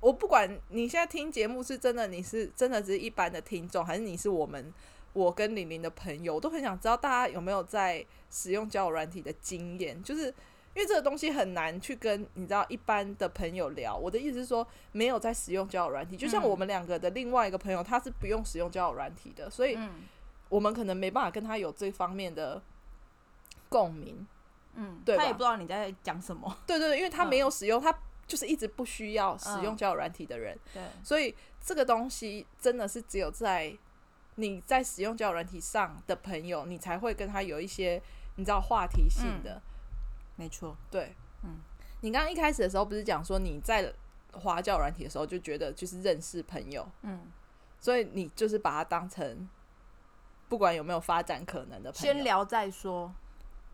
Speaker 1: 我不管你现在听节目是真的，你是真的只是一般的听众，还是你是我们我跟玲玲的朋友，我都很想知道大家有没有在使用交友软体的经验，就是。因为这个东西很难去跟你知道一般的朋友聊。我的意思是说，没有在使用交友软体，就像
Speaker 2: 嗯
Speaker 1: 我们两个的另外一个朋友，他是不用使用交友软体的，所以
Speaker 2: 嗯
Speaker 1: 我们可能没办法跟他有这方面的共鸣。
Speaker 2: 嗯，
Speaker 1: 对吧
Speaker 2: 他也不知道你在讲什么，
Speaker 1: 对对对，因为他没
Speaker 2: 嗯
Speaker 1: 有使用，他就是一直不需要使
Speaker 2: 嗯
Speaker 1: 用交友软体的人，
Speaker 2: 对，
Speaker 1: 所以这个东西真的是只有在你在使用交友软体上的朋友，你才会跟他有一些你知道话题性的。
Speaker 2: 没错，
Speaker 1: 对，
Speaker 2: 嗯，
Speaker 1: 你刚刚一开始的时候不是讲说你在花交友软体的时候就觉得就是认识朋友，
Speaker 2: 嗯，
Speaker 1: 所以你就是把它当成不管有没有发展可能的朋友，
Speaker 2: 先聊再说，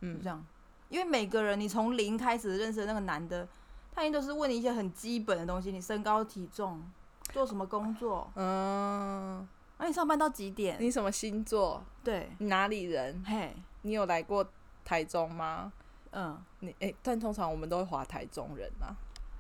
Speaker 1: 嗯
Speaker 2: 就这样，因为每个人你从零开始认识的那个男的，他一定都是问你一些很基本的东西，你身高体重，做什么工作，啊
Speaker 1: 嗯，
Speaker 2: 那、你上班到几点？
Speaker 1: 你什么星座？
Speaker 2: 对，
Speaker 1: 你哪里人？
Speaker 2: 嘿，
Speaker 1: 你有来过台中吗？
Speaker 2: 嗯，
Speaker 1: 你哎、但通常我们都会划台中人啊，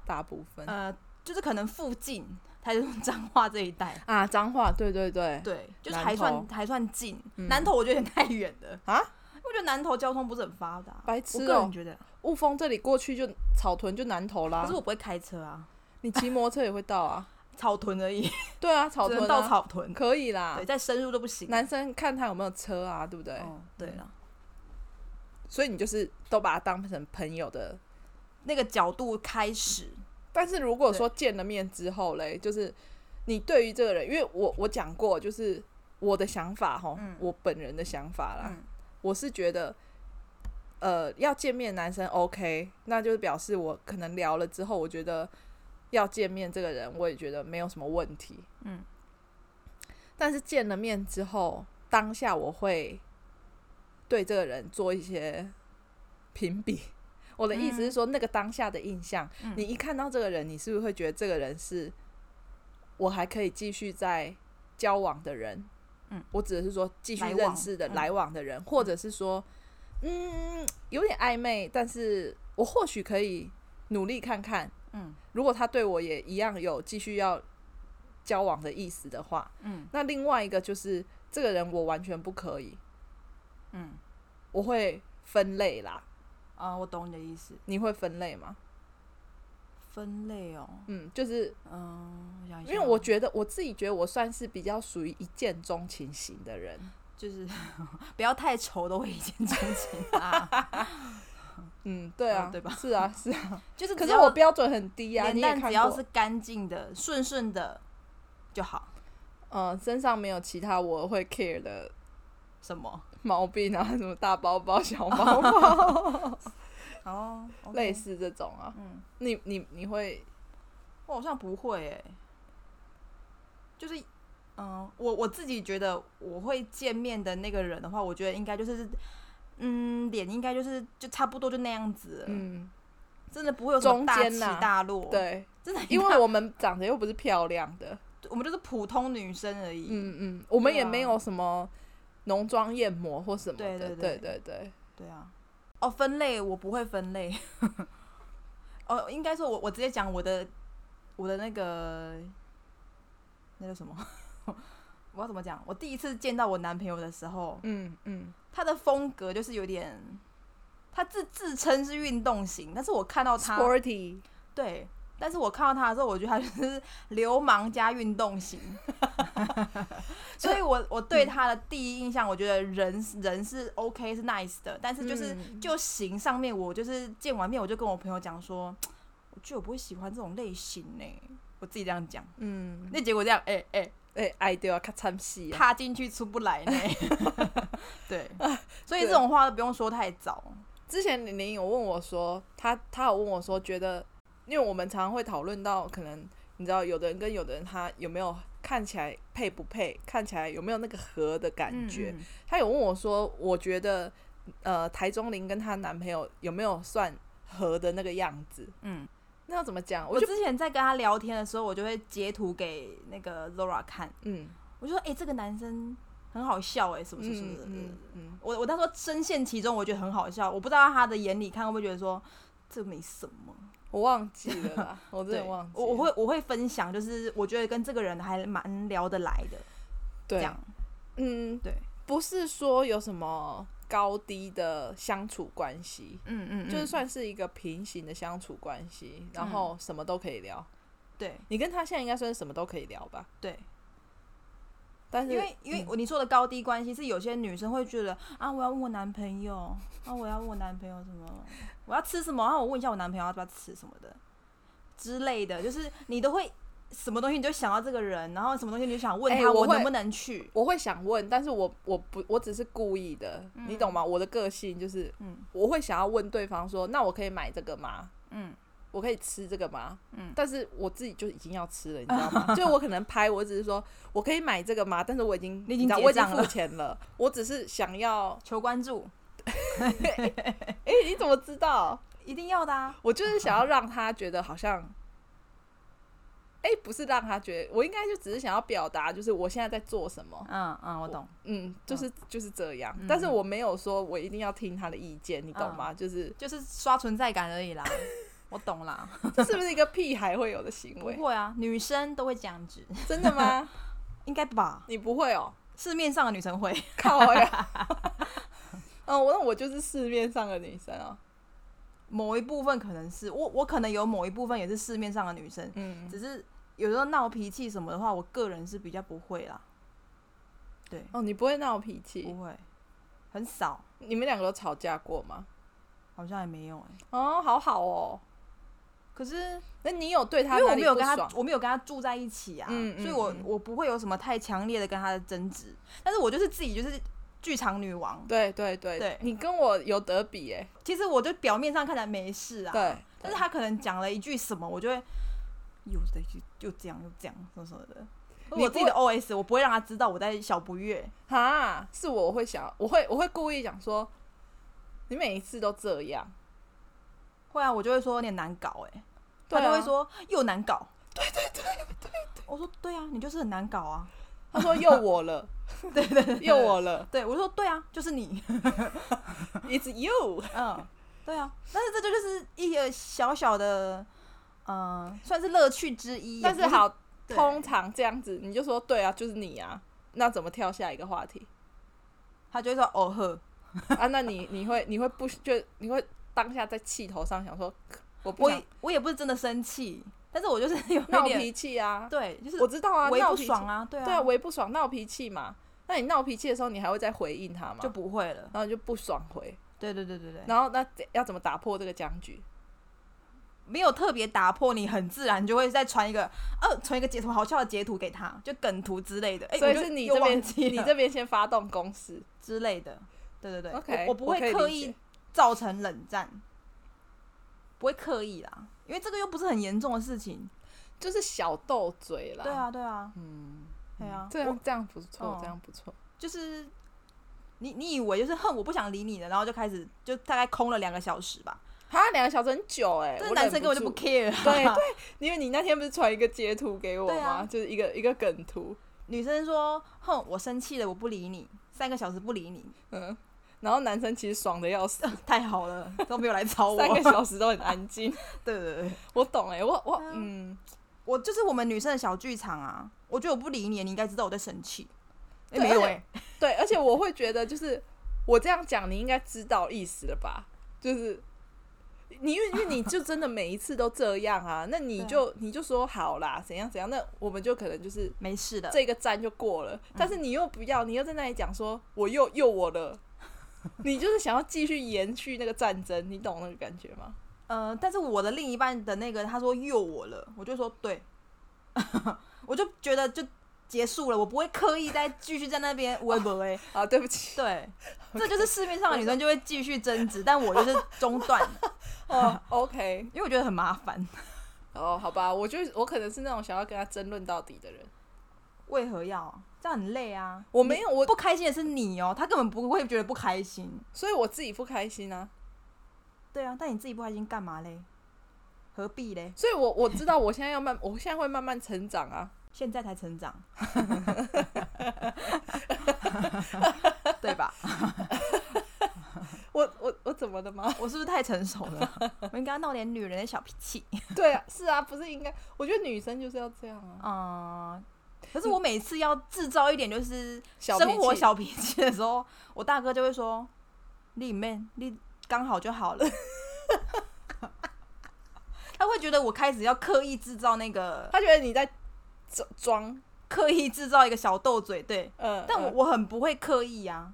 Speaker 1: 大部分、
Speaker 2: 呃，就是可能附近台中彰化这一带，
Speaker 1: 啊，彰化，对对对，
Speaker 2: 对，就是
Speaker 1: 南
Speaker 2: 还
Speaker 1: 投
Speaker 2: 算还算近。
Speaker 1: 嗯
Speaker 2: 南投我觉得有点太远了
Speaker 1: 啊，
Speaker 2: 我觉得南投交通不是很发达，
Speaker 1: 白痴
Speaker 2: 我个
Speaker 1: 哦
Speaker 2: 人觉得，
Speaker 1: 雾峰这里过去就草屯就南投啦
Speaker 2: 可是，我不会开车啊，
Speaker 1: 你骑摩托车也会到啊，
Speaker 2: 草屯而已，
Speaker 1: 对啊，草
Speaker 2: 只
Speaker 1: 屯、啊、
Speaker 2: 能到草屯，
Speaker 1: 可以啦
Speaker 2: 对，，再深入都不行。
Speaker 1: 男生看他有没有车啊，对不对？
Speaker 2: 哦，对了，
Speaker 1: 所以你就是都把他当成朋友的，
Speaker 2: 那个角度开始，
Speaker 1: 但是如果说见了面之后嘞，就是你对于这个人，因为我我讲过，就是我的想法哈，
Speaker 2: 嗯
Speaker 1: 我本人的想法啦，
Speaker 2: 嗯
Speaker 1: 我是觉得，呃，要见面男生 OK，那就是表示我可能聊了之后，我觉得要见面这个人，我也觉得没有什么问题。
Speaker 2: 嗯，
Speaker 1: 但是见了面之后，当下我会对这个人做一些评比。 我的意思是说，那个当下的印象，
Speaker 2: 嗯
Speaker 1: 你一看到这个人，你是不是会觉得这个人是我还可以继续在交往的人？
Speaker 2: 嗯，
Speaker 1: 我指的是说继续
Speaker 2: 来
Speaker 1: 认
Speaker 2: 往
Speaker 1: 识的
Speaker 2: 嗯
Speaker 1: 来往的人，或者是说，嗯，有点暧昧，但是我或许可以努力看看，
Speaker 2: 嗯
Speaker 1: 如果他对我也一样有继续要交往的意思的话，
Speaker 2: 嗯
Speaker 1: 那另外一个就是这个人我完全不可以，
Speaker 2: 嗯，
Speaker 1: 我会分类啦。
Speaker 2: 啊，我懂你的意思，
Speaker 1: 你会分类吗？
Speaker 2: 分类哦，
Speaker 1: 嗯，就是
Speaker 2: 嗯，我想一
Speaker 1: 因
Speaker 2: 下，
Speaker 1: 为我觉得我自己觉得我算是比较属于一见钟情型的人，
Speaker 2: 就是 不要太愁的，我一见钟情 啊，
Speaker 1: 嗯，对啊，
Speaker 2: 哦对吧
Speaker 1: 是啊，是啊。
Speaker 2: 就是
Speaker 1: 可
Speaker 2: 只
Speaker 1: 是
Speaker 2: 要
Speaker 1: 我标准很低啊，
Speaker 2: 脸
Speaker 1: 你也
Speaker 2: 蛋
Speaker 1: 看
Speaker 2: 只要
Speaker 1: 过
Speaker 2: 是干净的、顺顺的就好。
Speaker 1: 嗯，身上没有其他我会 care 的
Speaker 2: 什么？
Speaker 1: 毛病啊，什么大包 包、小包包，
Speaker 2: 哦，
Speaker 1: 类似这种啊。
Speaker 2: 嗯，
Speaker 1: 你你你会
Speaker 2: 我好像不会诶、就是，嗯、我我自己觉得我会见面的那个人的话，我觉得应该就是，嗯，脸应该就是就差不多就那样子了，
Speaker 1: 嗯，
Speaker 2: 真的不会有什么
Speaker 1: 中
Speaker 2: 大
Speaker 1: 间
Speaker 2: 起
Speaker 1: 呐
Speaker 2: 大落，，
Speaker 1: 对，
Speaker 2: 真的
Speaker 1: 因为我们长得又不是漂亮的，
Speaker 2: 我们就是普通女生而已，
Speaker 1: 嗯嗯，我们
Speaker 2: 对
Speaker 1: 也
Speaker 2: 啊
Speaker 1: 没有什么浓妆艳抹或什么的，
Speaker 2: 对对
Speaker 1: 对
Speaker 2: 对
Speaker 1: 对对
Speaker 2: 对啊，哦，分类我不会分类， 哦，应该说我我直接讲我的我的那个那叫什么， 我要怎么讲？我第一次见到我男朋友的时候，
Speaker 1: 嗯嗯，
Speaker 2: 他的风格就是有点，他自自称是运动型，但是我看到他
Speaker 1: sporty，
Speaker 2: 对，但是我看到他的时候，我觉得他就是流氓加运动型， 所以我我对他的第一印象，我觉得人人是 OK 是 nice 的，但是就是、
Speaker 1: 嗯
Speaker 2: 就型上面，我就是见完面我就跟我朋友讲说，我觉得我不会喜欢这种类型呢、我自己这样讲，
Speaker 1: 嗯，
Speaker 2: 那结果这样，哎、哎、
Speaker 1: 哎，爱对啊，看参戏啊，
Speaker 2: 踏进去出不来呢、 对，所以这种话都不用说太早，
Speaker 1: 之前玲玲有问我说，她她有问我说，觉得因为我们常常会讨论到，可能你知道，有的人跟有的人他有没有看起来配不配，看起来有没有那个合的感
Speaker 2: 嗯
Speaker 1: 觉。
Speaker 2: 嗯
Speaker 1: 她有问我说，我觉得呃，台中林跟她男朋友有没有算合的那个样子？
Speaker 2: 嗯，
Speaker 1: 那要怎么讲？
Speaker 2: 我
Speaker 1: 我就
Speaker 2: 之前在跟他聊天的时候，我就会截图给那个 Laura 看。
Speaker 1: 嗯
Speaker 2: 我就说，哎、这个男生很好笑、哎，什么什么什么
Speaker 1: 嗯
Speaker 2: 的。
Speaker 1: 嗯嗯，
Speaker 2: 我我那时候深陷其中，我觉得很好笑。我不知道他的眼里看会不会觉得说这没什么。
Speaker 1: 我忘记了啦，我真
Speaker 2: 对，
Speaker 1: 的忘记
Speaker 2: 我我
Speaker 1: 了
Speaker 2: 会我会分享，就是我觉得跟这个人还蛮聊得来的，这
Speaker 1: 对
Speaker 2: 样，
Speaker 1: 嗯
Speaker 2: 对，
Speaker 1: 不是说有什么高低的相处关系，
Speaker 2: 嗯嗯
Speaker 1: 就是
Speaker 2: 嗯
Speaker 1: 算是一个平行的相处关系，然后什么都可以聊。
Speaker 2: 对
Speaker 1: 你跟他现在应该算是什么都可以聊吧？
Speaker 2: 对，
Speaker 1: 但是
Speaker 2: 因为因为我你说的高低关系是有些女生会觉得啊，我要问我男朋 友啊，我要问我男朋友什么，我要吃什么，然、啊、后我问一下我男朋友要不要吃什么的之类的，就是你都会什么东西你就想到这个人，然后什么东西你就想问他、
Speaker 1: 哎我会
Speaker 2: 能不能去，
Speaker 1: 我会想问，但是我我不我只是故意的，你懂吗？我的个性就是，
Speaker 2: 嗯
Speaker 1: 我会想要问对方说，那我可以买这个吗？
Speaker 2: 嗯
Speaker 1: 我可以吃这个吗？
Speaker 2: 嗯
Speaker 1: 但是我自己就已经要吃了，你知道 吗？就我可能拍，我只是说我可以买这个吗？但是我已经
Speaker 2: 你已经
Speaker 1: 知道
Speaker 2: 结
Speaker 1: 我已经
Speaker 2: 账了
Speaker 1: 付钱了，我只是想要，
Speaker 2: 求关注，
Speaker 1: 哎、你怎么知道？
Speaker 2: 一定要的啊，
Speaker 1: 我就是想要让他觉得好像，哎、不是让他觉得，我应该就只是想要表达，就是我现在在做什么，
Speaker 2: 嗯嗯，我懂，
Speaker 1: 嗯，就是就是这样。
Speaker 2: 嗯
Speaker 1: 但是我没有说我一定要听他的意见，你懂
Speaker 2: 嗯
Speaker 1: 吗？就是
Speaker 2: 就是刷存在感而已啦， 我懂啦，
Speaker 1: 这是不是一个屁孩会有的行
Speaker 2: 不
Speaker 1: 为？
Speaker 2: 会啊，女生都会这样子，
Speaker 1: 真的吗？
Speaker 2: 应该吧，
Speaker 1: 你不会哦，
Speaker 2: 市面上的女生会，
Speaker 1: 靠呀！ 嗯，我那我就是市面上的女生啊，
Speaker 2: 某一部分可能是我，我可能有某一部分也是市面上的女生，
Speaker 1: 嗯，
Speaker 2: 只是有时候闹脾气什么的话，我个人是比较不会啦。对，
Speaker 1: 哦，你不会闹脾气
Speaker 2: 不，会，很少，
Speaker 1: 你们两个有吵架过吗？
Speaker 2: 好像也没有哎、
Speaker 1: 哦，好好哦，
Speaker 2: 可是
Speaker 1: 那你有对
Speaker 2: 因
Speaker 1: 他
Speaker 2: 为我
Speaker 1: 哪里
Speaker 2: 没有
Speaker 1: 不
Speaker 2: 跟他
Speaker 1: 爽，
Speaker 2: 我没有跟他住在一起啊，
Speaker 1: 嗯嗯
Speaker 2: 所以我
Speaker 1: 嗯
Speaker 2: 我不会有什么太强烈的跟他的争执。但是我就是自己就是剧场女王，
Speaker 1: 对对对，
Speaker 2: 对
Speaker 1: 你跟我有得比哎、
Speaker 2: 其实我就表面上看起来没事啊，
Speaker 1: 对，
Speaker 2: 但是他可能讲了一句什么，我就会又的又这样又这样什么什么的。
Speaker 1: 你
Speaker 2: 我自己的 OS，我不会让他知道我在小不悦。
Speaker 1: 哈，是我会想，我会我会故意讲说，你每一次都这样，
Speaker 2: 会啊，我就会说你很难搞哎、欸，
Speaker 1: 对啊
Speaker 2: 他就会说又难搞。对对对对对，我说对啊，你就是很难搞啊。
Speaker 1: 他说又我了，
Speaker 2: 对对对，
Speaker 1: 又我了
Speaker 2: 对，我就说对啊，就是你，
Speaker 1: ，It's you。
Speaker 2: 嗯，对啊，但是这就就是一个小小的，嗯，算是乐趣之一，
Speaker 1: 但
Speaker 2: 也
Speaker 1: 是
Speaker 2: 不
Speaker 1: 好，
Speaker 2: 对
Speaker 1: 通常这样子你就说对啊，就是你啊。那怎么跳下一个话题
Speaker 2: 他就会说哦呵，
Speaker 1: 啊？那你你会你会不就你会当下在气头上想说， 我不
Speaker 2: 我
Speaker 1: 想
Speaker 2: 也我也不是真的生气，但是我就是有一
Speaker 1: 闹
Speaker 2: 点，
Speaker 1: 脾气啊。
Speaker 2: 对，就是
Speaker 1: 我知道啊，
Speaker 2: 我也
Speaker 1: 闹
Speaker 2: 不
Speaker 1: 脾气
Speaker 2: 爽啊，对啊，
Speaker 1: 对啊，我也不爽，闹脾气嘛。那你闹脾气的时候，你还会再回应他吗？
Speaker 2: 就不会了，
Speaker 1: 然后你就不爽回，
Speaker 2: 对对对对对，
Speaker 1: 然后那要怎么打破这个僵局？
Speaker 2: 没有特别打破，你很自然就会再传一个，呃，传一个截什么好笑的截图给他，就梗图之类的，哎、
Speaker 1: 所以
Speaker 2: 我就是
Speaker 1: 你
Speaker 2: 又
Speaker 1: 这边
Speaker 2: 忘记
Speaker 1: 你
Speaker 2: 了
Speaker 1: 这边先发动攻势
Speaker 2: 之类的，对对对
Speaker 1: ，OK，
Speaker 2: 我我不会
Speaker 1: 可以
Speaker 2: 刻
Speaker 1: 理
Speaker 2: 意
Speaker 1: 解
Speaker 2: 造成冷战，不会刻意啦，因为这个又不是很严重的事情。
Speaker 1: 就是小斗嘴啦。
Speaker 2: 对，啊，对啊，
Speaker 1: 嗯，
Speaker 2: 对啊，
Speaker 1: 这
Speaker 2: 我
Speaker 1: 样这样不错
Speaker 2: 嗯，
Speaker 1: 这样不错。
Speaker 2: 就是你你以为就是恨我不想理你了，然后就开始就大概空了两个小时吧。
Speaker 1: 他两个小时很久哎，
Speaker 2: 这
Speaker 1: 我
Speaker 2: 男
Speaker 1: 忍
Speaker 2: 生根本就不
Speaker 1: 住
Speaker 2: care，啊
Speaker 1: 对对，因为你那天不是传一个截图给我
Speaker 2: 对啊
Speaker 1: 吗？就是一个一个梗图，
Speaker 2: 女生说哼我生气了，我不理你，三个小时不理你，
Speaker 1: 嗯，然后男生其实爽的要死，
Speaker 2: 太好了，都没有来找我。
Speaker 1: 三个小时都很安静。
Speaker 2: 对对对，
Speaker 1: 我懂哎，我我
Speaker 2: 对啊
Speaker 1: 嗯，
Speaker 2: 我就是我们女生的小剧场啊。我觉得我不理你，你应该知道我在生气。哎
Speaker 1: 对
Speaker 2: 没有
Speaker 1: 而
Speaker 2: 哎、
Speaker 1: 且对，而且我会觉得，就是我这样讲，你应该知道意思了吧？就是你，因为因为你就真的每一次都这样啊，那你
Speaker 2: 对啊
Speaker 1: 就你就说好啦，怎样怎样，那我们就可能就是
Speaker 2: 没事的，
Speaker 1: 这个站就过了。但是你又不要，你又在那里讲说我又又我了，你就是想要继续延续那个战争，你懂那个感觉吗？
Speaker 2: 呃，但是我的另一半的那个他说诱我了，我就说对， 我就觉得就结束了，我不会刻意再继续在那边微博哎，
Speaker 1: 啊，对不起，
Speaker 2: 对，这就是市面上的女生就会继续争执，但我就是中断，
Speaker 1: 哦，OK，
Speaker 2: 因为我觉得很麻烦，
Speaker 1: 哦，好吧，我就我可能是那种想要跟他争论到底的人，
Speaker 2: 为何要啊这样很累啊？
Speaker 1: 我没有，我
Speaker 2: 不开心的是你哦，他根本不会觉得不开心，
Speaker 1: 所以我自己不开心啊。
Speaker 2: 对啊，但你自己不开心干嘛嘞？何必嘞？
Speaker 1: 所以我我知道我现在要慢，我现在会慢慢成长啊。
Speaker 2: 现在才成长， 对吧？
Speaker 1: 我我我怎么了吗？
Speaker 2: 我是不是太成熟了？我应该闹点女人的小脾气。
Speaker 1: 对啊，是啊，不是应该？我觉得女生就是要这样啊，
Speaker 2: 嗯，可是我每次要制造一点就是
Speaker 1: 小脾
Speaker 2: 生活
Speaker 1: 气
Speaker 2: 小脾气的时候，我大哥就会说：“你妹，你刚好就好了。” 他会觉得我开始要刻意制造那个，
Speaker 1: 她觉得你在装装，
Speaker 2: 刻意制造一个小斗嘴，对。
Speaker 1: 呃，
Speaker 2: 但我
Speaker 1: 呃
Speaker 2: 我很不会刻意啊，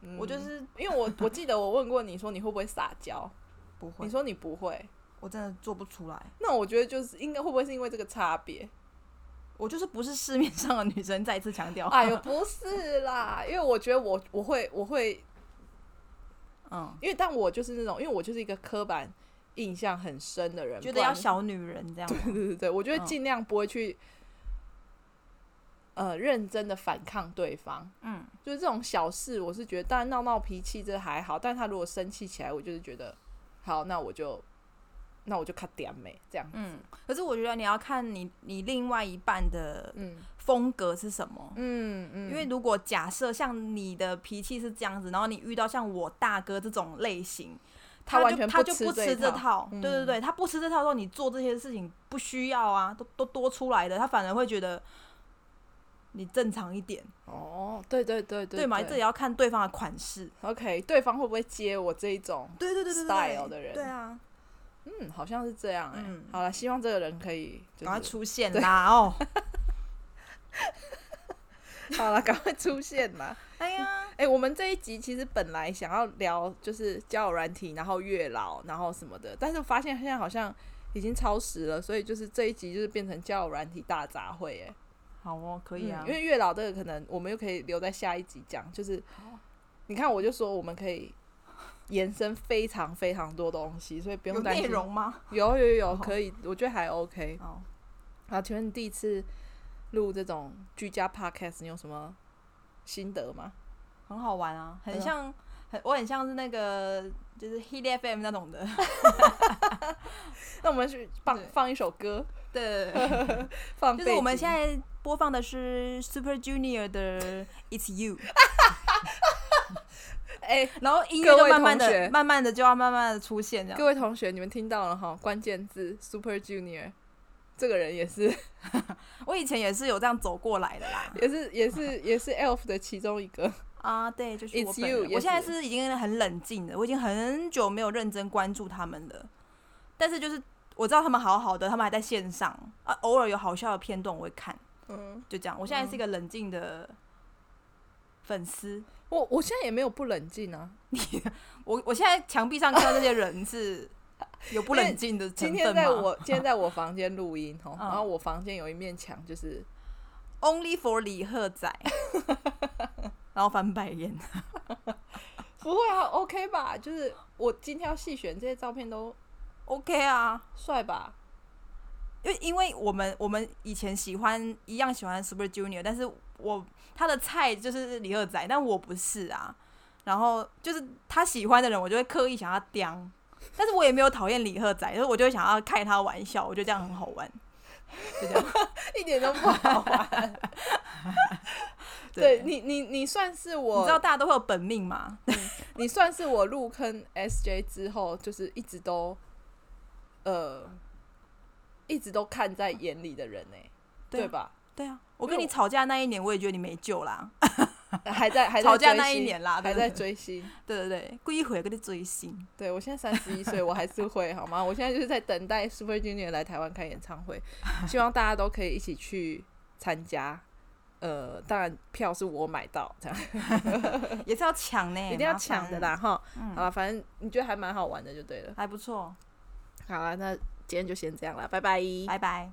Speaker 1: 嗯
Speaker 2: 我就是
Speaker 1: 因为我我记得我问过你说你会不会撒 娇，
Speaker 2: 不
Speaker 1: 你
Speaker 2: 会，
Speaker 1: 说你不会，
Speaker 2: 我真的做不出来。
Speaker 1: 那我觉得就是应该会不会是因为这个差别？
Speaker 2: 我就是不是市面上的女生，再一次强调。
Speaker 1: 哎呦，，不是啦，因为我觉得我我会我会，
Speaker 2: 嗯，
Speaker 1: 因为但我就是那种，因为我就是一个刻板印象很深的人，
Speaker 2: 觉
Speaker 1: 不
Speaker 2: 得
Speaker 1: 然
Speaker 2: 要小女人这样吗。
Speaker 1: 对对对，我觉得
Speaker 2: 嗯
Speaker 1: 尽量不会去、呃认真的反抗对方，
Speaker 2: 嗯，
Speaker 1: 就是这种小事，我是觉得，当然闹闹脾气这还好，但他如果生气起来，我就是觉得，好，那我就那我就卡点美这样，
Speaker 2: 嗯，可是我觉得你要看你你另外一半的
Speaker 1: 嗯
Speaker 2: 风格是什么，
Speaker 1: 嗯嗯，
Speaker 2: 因为如果假设像你的脾气是这样子，然后你遇到像我大哥这种类型，
Speaker 1: 他
Speaker 2: 就
Speaker 1: 完全
Speaker 2: 他
Speaker 1: 不
Speaker 2: 就
Speaker 1: 吃
Speaker 2: 不
Speaker 1: 这
Speaker 2: 吃
Speaker 1: 一
Speaker 2: 这
Speaker 1: 套
Speaker 2: 套，
Speaker 1: 嗯
Speaker 2: 对对对，他不吃这套的时候，你做这些事情不需要啊，都都多出来的，他反而会觉得你正常一点，
Speaker 1: 哦，对对对对
Speaker 2: 对嘛？这也要看对方的款式，
Speaker 1: OK，对方会不会接我这一种？
Speaker 2: 对对对对对
Speaker 1: style 的人
Speaker 2: 对啊，
Speaker 1: 嗯，好像是这样哎、
Speaker 2: 嗯
Speaker 1: 好了，希望这个人可以就
Speaker 2: 赶快
Speaker 1: 是
Speaker 2: 出现啦哦，
Speaker 1: 好了，赶快出现啦。
Speaker 2: 哎呀，
Speaker 1: 哎、我们这一集其实本来想要聊就是交友软体，然后月老，然后什么的，但是发现现在好像已经超时了，所以就是这一集就是变成交友软体大杂烩哎、
Speaker 2: 好哦，可
Speaker 1: 嗯
Speaker 2: 以啊，
Speaker 1: 因为月老这个可能我们又可以留在下一集讲，就是你看我就说我们可以延伸非常非常多东西，所以不
Speaker 2: 有
Speaker 1: 用担
Speaker 2: 内
Speaker 1: 心。
Speaker 2: 容哦吗？
Speaker 1: 有有有
Speaker 2: 好
Speaker 1: 可以，我觉得还 OK。
Speaker 2: 哦，
Speaker 1: 好，请问你第一次录这种居家 podcast，你有什么心得吗？
Speaker 2: 很好玩啊，很
Speaker 1: 嗯
Speaker 2: 像，很我很像是那个就是 Hit FM 那种的，
Speaker 1: 那我们去放
Speaker 2: 对
Speaker 1: 放一首歌。
Speaker 2: 对对对，
Speaker 1: 放
Speaker 2: 就是我们
Speaker 1: 背景
Speaker 2: 现在播放的是 Super Junior 的 It's You，
Speaker 1: 哎、
Speaker 2: 然后音
Speaker 1: 各
Speaker 2: 乐就
Speaker 1: 位
Speaker 2: 慢慢
Speaker 1: 同学
Speaker 2: 的、慢慢的就要慢慢的出现这样。
Speaker 1: 各位同学，你们听到了哈，关键字 Super Junior，这个人也是
Speaker 2: 我以前也是有这样走过来的啦。
Speaker 1: 也是也是也是 Elf 的其中一个。
Speaker 2: 啊，对，就是我
Speaker 1: It's
Speaker 2: 本
Speaker 1: you，
Speaker 2: 人。
Speaker 1: 也
Speaker 2: 我现在
Speaker 1: 是
Speaker 2: 是已经很冷静了，我已经很久没有认真关注他们了。但是就是我知道他们好好的，他们还在线上啊，偶尔有好笑的片段我会看，
Speaker 1: 嗯，
Speaker 2: 就这样。我现在是一个冷静的粉丝，
Speaker 1: 我我现在也没有不冷静啊，
Speaker 2: 我我现在墙壁上看到这些人是有不冷静的成
Speaker 1: 今
Speaker 2: 分
Speaker 1: 天在
Speaker 2: 吗
Speaker 1: 我今天在我房间录音哈，
Speaker 2: 嗯
Speaker 1: 然后我房间有一面墙就是
Speaker 2: Only for 李贺仔，然后翻白眼。
Speaker 1: 不会啊，OK 吧？就是我今天要细选这些照片都
Speaker 2: OK 啊，
Speaker 1: 帅 吧？
Speaker 2: 因为因为我们我们以前喜欢一样喜欢 Super Junior，但是我他的菜就是李二仔，但我不是啊。然后就是他喜欢的人，我就会刻意想要刁，但是我也没有讨厌李贺仔，就是我就会想要开他玩笑，我觉得这样很好玩。就这样，
Speaker 1: 一点都不好玩。 对你你你算是
Speaker 2: 你知道
Speaker 1: 我，
Speaker 2: 大家都会有本命嘛？
Speaker 1: 你算是我入坑 SJ 之后，就是一直都呃一直都看在眼里的人呢、
Speaker 2: 对 啊
Speaker 1: 对吧？
Speaker 2: 对啊，我跟
Speaker 1: 因为
Speaker 2: 你
Speaker 1: 我
Speaker 2: 吵架那一年，我也觉得你没救啦，
Speaker 1: 还在还在
Speaker 2: 吵架
Speaker 1: 追
Speaker 2: 那一
Speaker 1: 星
Speaker 2: 年啦，
Speaker 1: 还
Speaker 2: 对不
Speaker 1: 在
Speaker 2: 对
Speaker 1: 追星。
Speaker 2: 对对对，故意毁跟你追星。
Speaker 1: 对我现在三十一岁，我还是会好吗？我现在就是在等待 Super Junior 来台湾开演唱会，希望大家都可以一起去参加。呃，当然票是我买到，这样
Speaker 2: 也是要抢呢，
Speaker 1: 呃一定要
Speaker 2: 哎麻烦
Speaker 1: 抢的啦，哈。
Speaker 2: 嗯
Speaker 1: 好了，反正你觉得还蛮好玩的就对了。
Speaker 2: 还不错，
Speaker 1: 好了，那今天就先这样了，拜拜。
Speaker 2: 拜拜。